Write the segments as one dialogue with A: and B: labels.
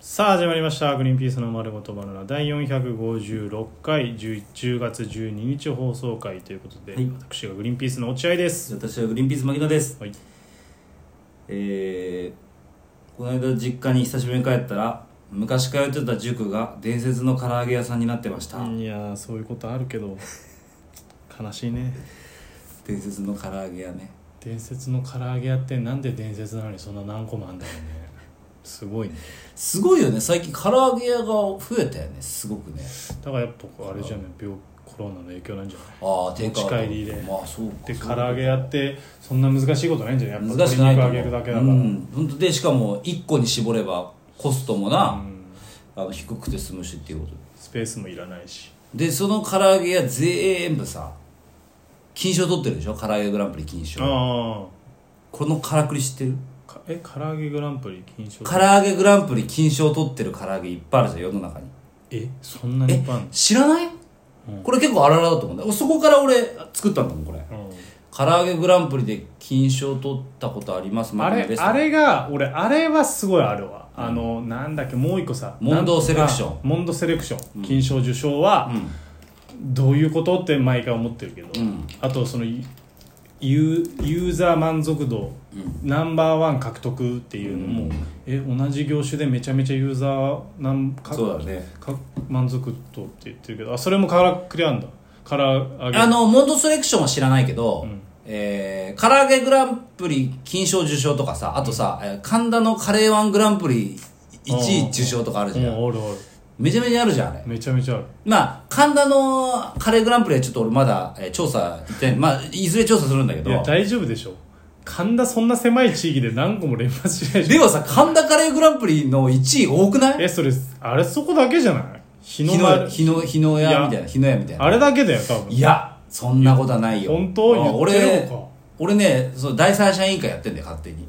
A: さあ始まりました「グリーンピースの丸ごとバナナ」第456回 10, 10月12日放送回ということで、
B: はい
A: 私がグリーンピースの落合です、
B: 私はグリーンピース牧野です
A: はい、
B: えー、この間実家に久しぶりに帰ったら昔通ってた塾が伝説の唐揚げ屋さんになってました、
A: いやーそういうことあるけど悲しいね
B: 伝説の唐揚げ屋ね
A: 伝説の唐揚げ屋ってなんで伝説なのにそんな何個もあんだろうねすごいね
B: すごいよね最近唐揚げ屋が増えたよねすごくね
A: だからやっぱあれじゃない病コロナの影響なんじゃない
B: ああ定価
A: 持ち帰りで
B: まあそうか
A: で
B: そう
A: 唐
B: か
A: 揚げ屋ってそんな難しいことないんじゃないやっぱ
B: 難しくないと思う
A: 鶏肉揚げるだけだから、
B: うん本当でしかも1個に絞ればコストも
A: う
B: な、
A: ん
B: あの低くて済むしっていうこと
A: スペースもいらないし
B: でその唐揚げ屋全部さ金賞取ってるでしょ唐揚げグランプリ金賞
A: あ
B: このからくり知ってる
A: あかえ唐揚げグランプリ金賞
B: 唐揚げグランプリ金賞取ってる唐揚げいっぱいあるじゃん世の中に
A: えそんなにパン
B: 知らない、
A: うん
B: これ結構あららだと思うんだよそこから俺作ったんだもんこれ唐揚げグランプリで金賞取ったことあります
A: あ
B: マグナ
A: れ
B: です
A: あれが俺あれはすごいあるわ、あのなんだっけもう一個さ
B: モンドセレクション
A: なんとかモンドセレクション金賞受賞は、どういうことって毎回思ってるけど、
B: うん
A: あとそのユユーザー満足度、ナンバーワン獲得っていうのも、
B: うん
A: え同じ業種でめちゃめちゃユーザーなんか
B: そうだね
A: か満足度って言ってるけどあそれもからくりあんだから揚げ
B: あのモンドセレクションは知らないけど、
A: ん
B: えー、唐揚げグランプリ金賞受賞とかさあとさ、えー神田のカレーワングランプリ1位受賞とかあるじゃん
A: うんあるある
B: めちゃめちゃあるじゃんあれ
A: めちゃめちゃある
B: まあ、神田のカレーグランプリはちょっと俺まだ、えー調査行ってないまあ、いずれ調査するんだけ
A: いや
B: ど、
A: 大丈夫でしょ神田そんな狭い地域で何個も連発しないでしょ
B: でもさ、神田カレーグランプリの1位多くない
A: えそれあれそこだけじゃない日の
B: 日
A: 丸
B: の、日の、日の
A: いや
B: 屋みたいな、日の屋みたいな。
A: あれだけだよ多分
B: いや、そんなことはないよ。
A: 本当
B: あ
A: 言ってるの
B: 俺
A: か、
B: 俺ね、そう、第三者委員会やってんだよ、勝手に。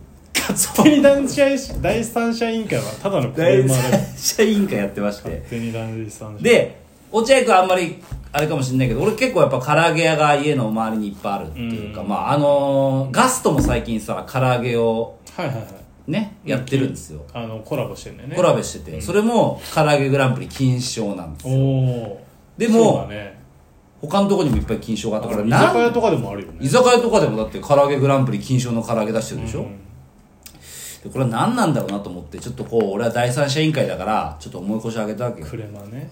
A: 勝手に第三者第三者委員会はただの車
B: 第
A: で
B: 三
A: 勝
B: 者委員会やってまして。
A: 手に第三者
B: で、落合君あんまり、あれかもしれないけど、俺結構やっぱ唐揚げ屋が家の周りにいっぱいあるっていうか、
A: うん
B: まあ、あのーガストも最近さ、唐揚げを
A: はいはいはい
B: ね、やってるんですよ。
A: あのコラボしてんだよね
B: コラボしてて、それも唐揚げグランプリ金賞なんです
A: お
B: よ
A: お
B: でも
A: そうだね
B: 他のとこにもいっぱい金賞があった
A: あ
B: から
A: れ居酒
B: な
A: 屋
B: ん
A: とかでもあるよね
B: 居酒屋とかでもだって唐揚げグランプリ金賞の唐揚げ出してるでし
A: う
B: ょ、
A: ん
B: でこれは何なんだろうなと思ってちょっとこう俺は第三者委員会だからちょっと思い越し上げたわけよ
A: クレマね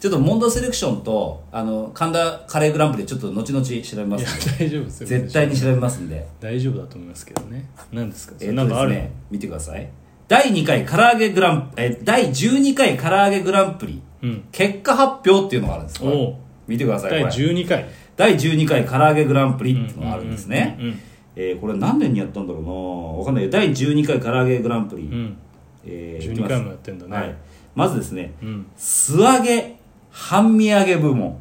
B: ちょっとモンドセレクションとあの神田カレーグランプリちょっと後々調べま
A: いや
B: すんで
A: 大丈夫ですよ
B: 絶対に調べますんで
A: 大丈夫だと思いますけどね何ですかそ
B: え
A: れ
B: っ
A: なんかあ
B: と
A: る
B: ですね見てください第2回唐揚げグランえ第12回唐揚げグランプリ
A: うん
B: 結果発表っていうのがあるんですこれ
A: おう
B: 見てくださいこ
A: 第
B: れ
A: 12回
B: 第12回唐揚げグランプリっていうのがあるんですね、
A: うん
B: えーこれ何年にやったんだろうなわかんないけど第12回唐揚げグランプリ、
A: うん
B: えー
A: 12回もやってんだね、
B: はい、まずですね
A: うん
B: 素揚げ半身揚げ部門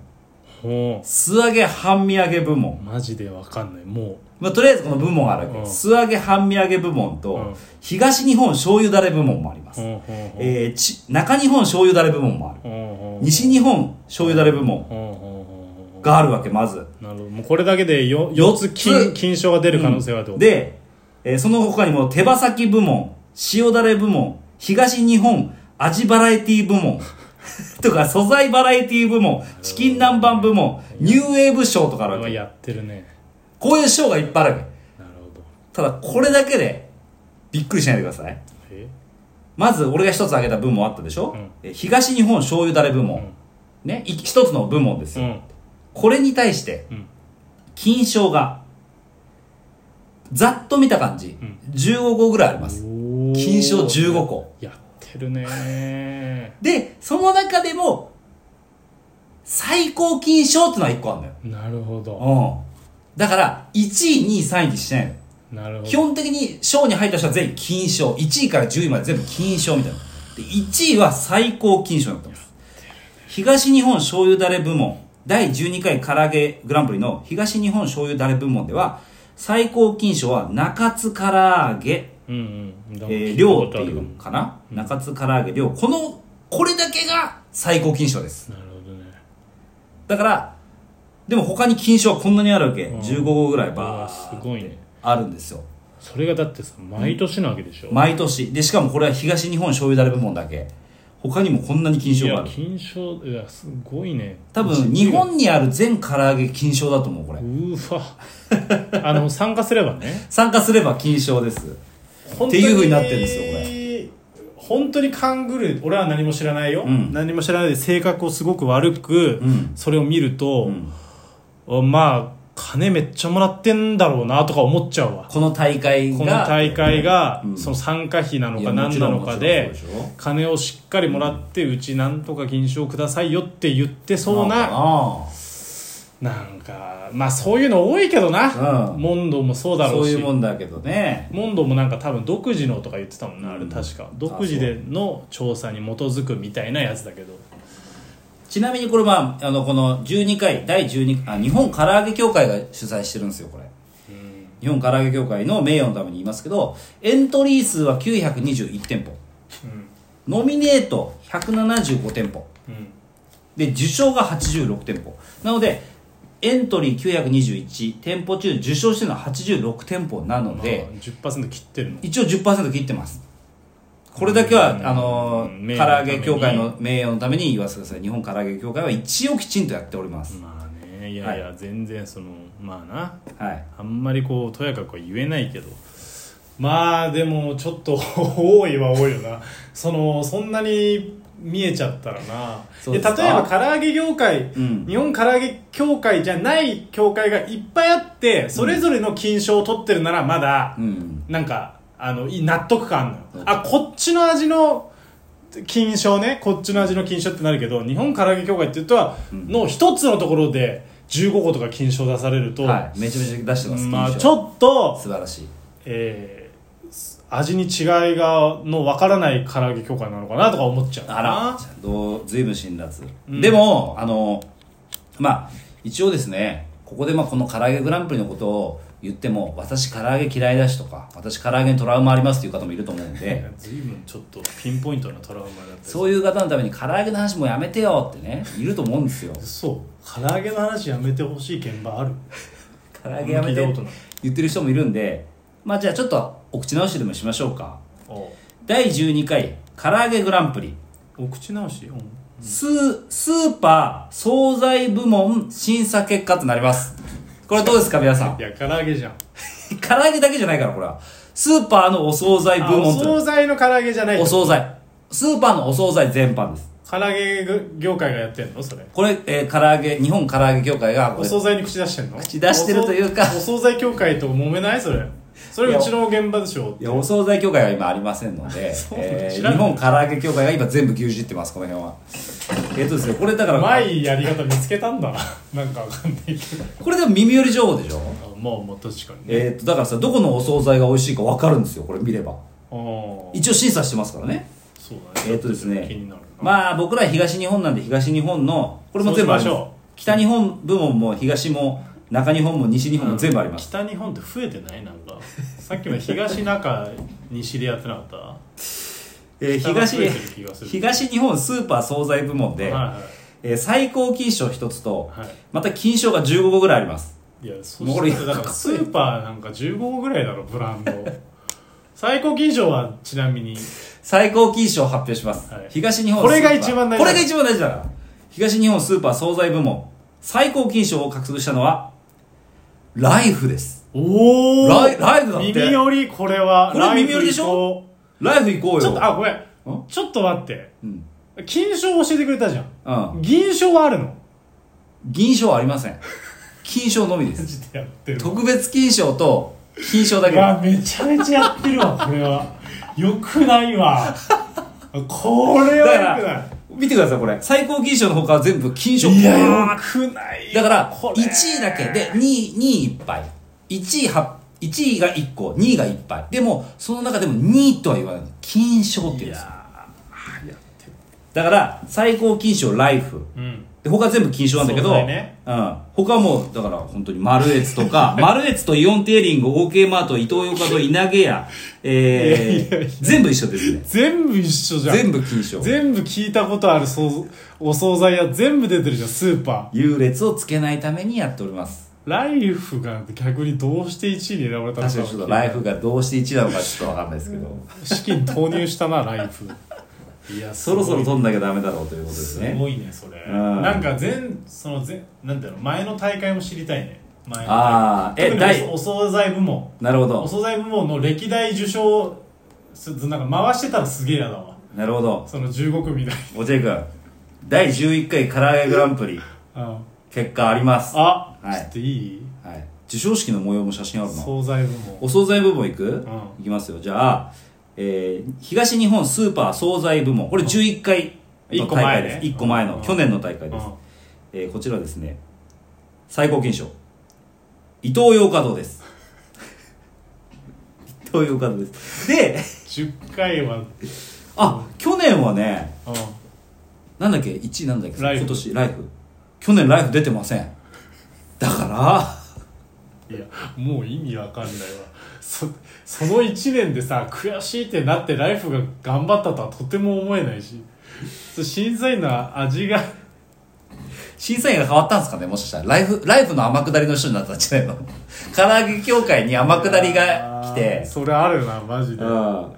A: ほ
B: 素揚げ半身揚げ部
A: う
B: 門、
A: マジでわかんないも
B: まあ、とりあえずこの部門があるわけ、
A: うん
B: 素揚げ半身揚げ部門と、
A: うん
B: 東日本醤油だれ部門もありま
A: う
B: す、
A: ほうほう
B: えーち中日本醤油だれ部門もある
A: ほうほう
B: 西日本醤油だれ部
A: ほ
B: 門
A: うほうほうほ
B: があるわけまず
A: うなるほどもうこれだけで 4,
B: 四
A: つ
B: つ
A: 金金賞が出る可能性があるってこと、
B: で、えーその他にも手羽先部門、塩だれ部門、東日本味バラエティ部門、 とか素材バラエティ部門、チキン南蛮部門、ニューウェーブ賞とかあ
A: これ
B: るわ
A: は
B: け。
A: やってるね
B: こういう賞がいっぱいあるわけ。
A: なるほど
B: ただこれだけでびっくりしないでください。
A: え
B: まず俺が一つ挙げた部門あったでしょ、
A: うん
B: えー東日本醤油だれ部門。
A: うん
B: ね、い一つの部門です
A: う
B: よ。
A: ん
B: これに対して、
A: うん
B: 金賞が、ざっと見た感じ、
A: ん
B: 15個ぐらいあります。
A: おー
B: 金賞15個
A: やってるね
B: で、その中でも、最高金賞ってのは1個あるんだ
A: なるほど
B: よ。うん。だから、1位、2位、3位にしないの。
A: なるほ
B: 基
A: ど
B: 本的に賞に入った人は全員金賞。1位から10位まで全部金賞みたいな。で、1位は最高金賞になってます。東日本醤油だれ部門、第12回唐揚げグランプリの東日本醤油だれ部門では、最高金賞は中津唐揚げ
A: うんうん
B: えー、量って
A: なる
B: い
A: ほ
B: うかな、中津唐揚げ量このこれだけが最高金賞です
A: どね
B: だからでも他に金賞はこんなにあるわけ、
A: うん
B: 15個ぐらい
A: あ
B: バ
A: す
B: ー
A: ごいね
B: あるんですよ
A: それがだってさ毎年なわけでしょ、
B: 毎年でしかもこれは東日本醤油だれ部門だけ他にもこんなに金
A: い
B: 賞があ
A: や
B: る
A: 金賞いやすごいね
B: 多分日本にある全唐揚げ金賞だと思うこれ
A: うーわあの参加すればね
B: 参加すれば金賞です
A: っ
B: っていう風になってるんですよこ
A: れ本当に勘ぐる俺は何も知らないよ、
B: うん
A: 何も知らないで性格をすごく悪く、
B: うん
A: それを見ると、まあ金めっちゃもらってんだろうなとか思っちゃうわ
B: この大会が
A: この大会が、
B: うん
A: その参加費なの
B: い
A: か
B: やも
A: 何
B: ち
A: な
B: ろん
A: のかで
B: もちろんそうでしょ
A: 金をしっかりもらって、うちなんとか金賞くださいよって言ってそう
B: あ
A: ななんかまあそういうの多いけどな、
B: うん
A: モンドもそうだ
B: あ
A: ろ
B: そう
A: うし
B: いうもんだけどね
A: モンドもなんか多分独自のとか言ってたもんな、あれ
B: うん
A: 確か独自での調査に基づくみたいなやつだけど
B: ちなみにこれはあのこの12回第12あ日本唐揚げ協会が主催してるんですよこれ日本唐揚げ協会の名誉のために言いますけどエントリー数は921店舗、ノミネート175店舗
A: うん
B: で受賞が86店舗なのでエントリー921店舗中受賞してるのは86店舗なので、
A: まあ、10%切ってるの
B: 一応10%切ってますこれだけは、
A: うん
B: あの
A: うん名
B: 唐
A: 誉のた
B: 揚
A: めに
B: げ協会の名誉のために言わせてください日本唐揚げ協会は一応きちんとやっております、
A: まあねいやいや、全然そのまあな
B: はい
A: あんまりこうとやかくは言えないけどまあでもちょっと 多いは多いよなそのそんなに見えちゃったらな
B: そう
A: で
B: ですか
A: 例えば唐揚げ業界、
B: うん
A: 日本唐揚げ協会じゃない協会がいっぱいあってそれぞれの金賞を取ってるならまだ、
B: うん
A: なんかあのいい納得感あるの
B: う
A: よ
B: ん
A: あこっちの味の金賞ねこっちの味の金賞ってなるけど日本唐揚げ協会って言ったら、の一つのところで15個とか金賞出されると、
B: はいめちゃめちゃ出してます
A: まあ
B: 金
A: ち
B: 賞
A: ょっと、
B: 素晴らしい
A: えー味に違いがのわからない唐揚げ協会なのかなとか思っちゃう
B: あらじゃあどう随分辛辣、
A: うん
B: でもあのまあ一応ですねここでまあこの唐揚げグランプリのことを言っても私唐揚げ嫌いだしとか私唐揚げにトラウマありますっていう方もいると思う んで
A: ずいぶんちょっとピンポイントなトラウマだった
B: そういう方のために唐揚げの話もうやめてよってねいると思うんですよ
A: そう唐揚げの話やめてほしい現場ある
B: 唐揚げや
A: 聞
B: めて
A: いたことない
B: 言ってる人もいるんでまあじゃあちょっとお口直しでもしましょうか
A: お
B: 第12回唐揚げグランプリ
A: お口直し、うん
B: スースーパー惣菜部門審査結果となりますこれどうですか皆さん
A: いや唐揚げじゃん
B: 唐揚げだけじゃないからこれはスーパーのお惣菜部
A: あお
B: 門と
A: 惣菜の唐揚げじゃない
B: お惣菜スーパーのお惣菜全般です
A: 唐揚げ業界がやってんのそれ
B: これ、えー唐揚げ日本唐揚げ協会がこ
A: お
B: れ
A: 惣菜に口出してんの
B: 口出してるというか
A: お惣お惣菜協会と揉めないそれそれうちの現場でしょ
B: いやお惣菜協会は今ありませんの で
A: そうなんだ
B: えー
A: 知らん
B: 日本唐揚げ協会が今全部牛耳ってますこの辺はえっ、とですねこれだか
A: う
B: ら
A: まいやり方見つけたんだな なんかわかんないけど
B: これでも耳寄り情報でしょ
A: あまあまあ確かにね
B: えっ、とだからさどこのお惣菜が美味しいか分かるんですよこれ見れば
A: ああ
B: 一応審査してますからね
A: そうだね
B: えっ、とです
A: 気
B: ね
A: になるな、
B: まあ僕ら東日本なんで東日本のこれも全部あり
A: そうし
B: ま
A: まし
B: す
A: ょ
B: 北日本部門も東も中日本も西日本も全部あります、
A: 北日本って増えてないなんかさっきまで東中西でやってなかった
B: えー
A: 北が
B: 東
A: 増えてる気がする
B: 東日本スーパー惣菜部門で、
A: は
B: えー最高金賞1つと、
A: はい
B: また金賞が15個ぐらいあります
A: いはいいやそ
B: もう俺
A: してだからスーパーなんか15個ぐらいだろブラン ド最高金賞はちなみに
B: 最高金賞を発表します、
A: はい
B: 東日本
A: これが
B: スーパー
A: 一番大事だ
B: これが一番大事だから東日本スーパー惣菜部門最高金賞を獲得したのはライフです
A: おお
B: ライライフだって
A: 耳寄りこれは
B: これ耳寄りでしょ
A: ライフ行こう
B: ライフ行こうよ
A: ちょっとあごめん
B: ん
A: ちょっと待って
B: うん、
A: 金賞教えてくれたじゃん
B: うん、
A: 銀賞はあるの
B: 銀賞はありません金賞のみで
A: マ
B: す
A: ジでやってる
B: 特別金賞と金賞だ
A: い
B: け
A: やめちゃめちゃやってるわこれは よくないわこれ
B: だ
A: は
B: か
A: よくな
B: ら見てくださいこれ最高金賞のほかは全部金賞
A: いいや
B: ボーン
A: よくない
B: だから、
A: これ
B: 1位だけで、2位、2位いっぱい。1位は、1位が1個、2位がいっぱい。でも、その中でも2位とは言わない。金賞って言うん
A: い
B: で
A: や
B: すよ。
A: ーやってる
B: だから、最高金賞、ライフ。
A: うん
B: で、他全部金賞なんだけ
A: そうだ
B: ど、
A: よね
B: うん。他はもう、だから、本当に、マルエツと か、マルエツとイオンテーリング、OK マート、イトーヨーカドー、稲毛屋、
A: いや
B: え
A: いやいや
B: ー、全部一緒ですね。
A: 全部一緒じゃん
B: 全部金賞。
A: 全部聞いたことあるそうお惣菜屋全部出てるじゃんスーパー
B: 優劣をつけないためにやっております。
A: ライフが逆にどうして1位に選ばれたの
B: 確かにちょっとライフがどうして1位なのかちょっと分かんないですけど、
A: 資金投入したなライフいや
B: そろそろ
A: すごい
B: 取んなきゃダメだろうということです
A: す
B: ね
A: ごいねそれ
B: うん
A: なんか前その前なんだろう前の大会も知りたいね前の
B: あーえ
A: 特に
B: 第
A: おお惣菜部門
B: なるほ
A: お
B: ど
A: 惣菜部門の歴代受賞すなんか回してたらすげえやだわ
B: なるほど
A: その15組だ
B: 落合君第11回唐揚げグランプリ
A: あ
B: 結果ありますは
A: あ、
B: はい
A: ちょっといい
B: い授賞式の模様も写真あるな
A: 惣菜部門
B: お惣菜部門いく、
A: ん
B: いきますよじゃあ、えー東日本スーパー惣菜部門これ11回の大会です
A: 一
B: 1
A: 個
B: 個
A: 前
B: 前
A: ね
B: の去年の大会です、
A: うん
B: えーこちらですね最高金賞伊東洋華堂です 伊東洋華堂ですで
A: 10回は、
B: あ去年はね
A: う
B: なんだっけ1位なんだっけ
A: ライフ
B: 今年ライフ去年ライフ出てませんだから
A: ん、いやもう意味わかんないわそその1年でさ悔しいってなってライフが頑張ったとはとても思えないしそう審査員の味が
B: 審査員が変わったんですかねもしかしたらライフライフの天下りの人になったんじゃないの 唐揚げ協会に天下りが来
A: あー
B: て
A: それあるなマジで
B: うんっ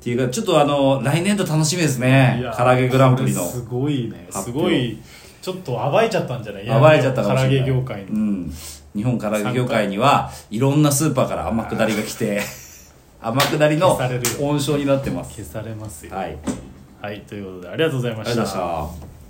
B: ていうかちょっとあの来年度楽しみです
A: い
B: ね
A: や
B: 唐揚げグランプリの
A: これすごいね
B: 発
A: す
B: 表
A: ごいちょっと暴いちゃったんじゃない
B: 暴いちゃったかもしれない
A: 唐揚げ業界の、
B: うん、日本唐揚げ業界にはいろんなスーパーから天下りが来て 天下りの
A: 消されるよ
B: 温床になってます
A: 消されますよ
B: はいあり
A: はい、ということでありがとうございま
B: がとうございました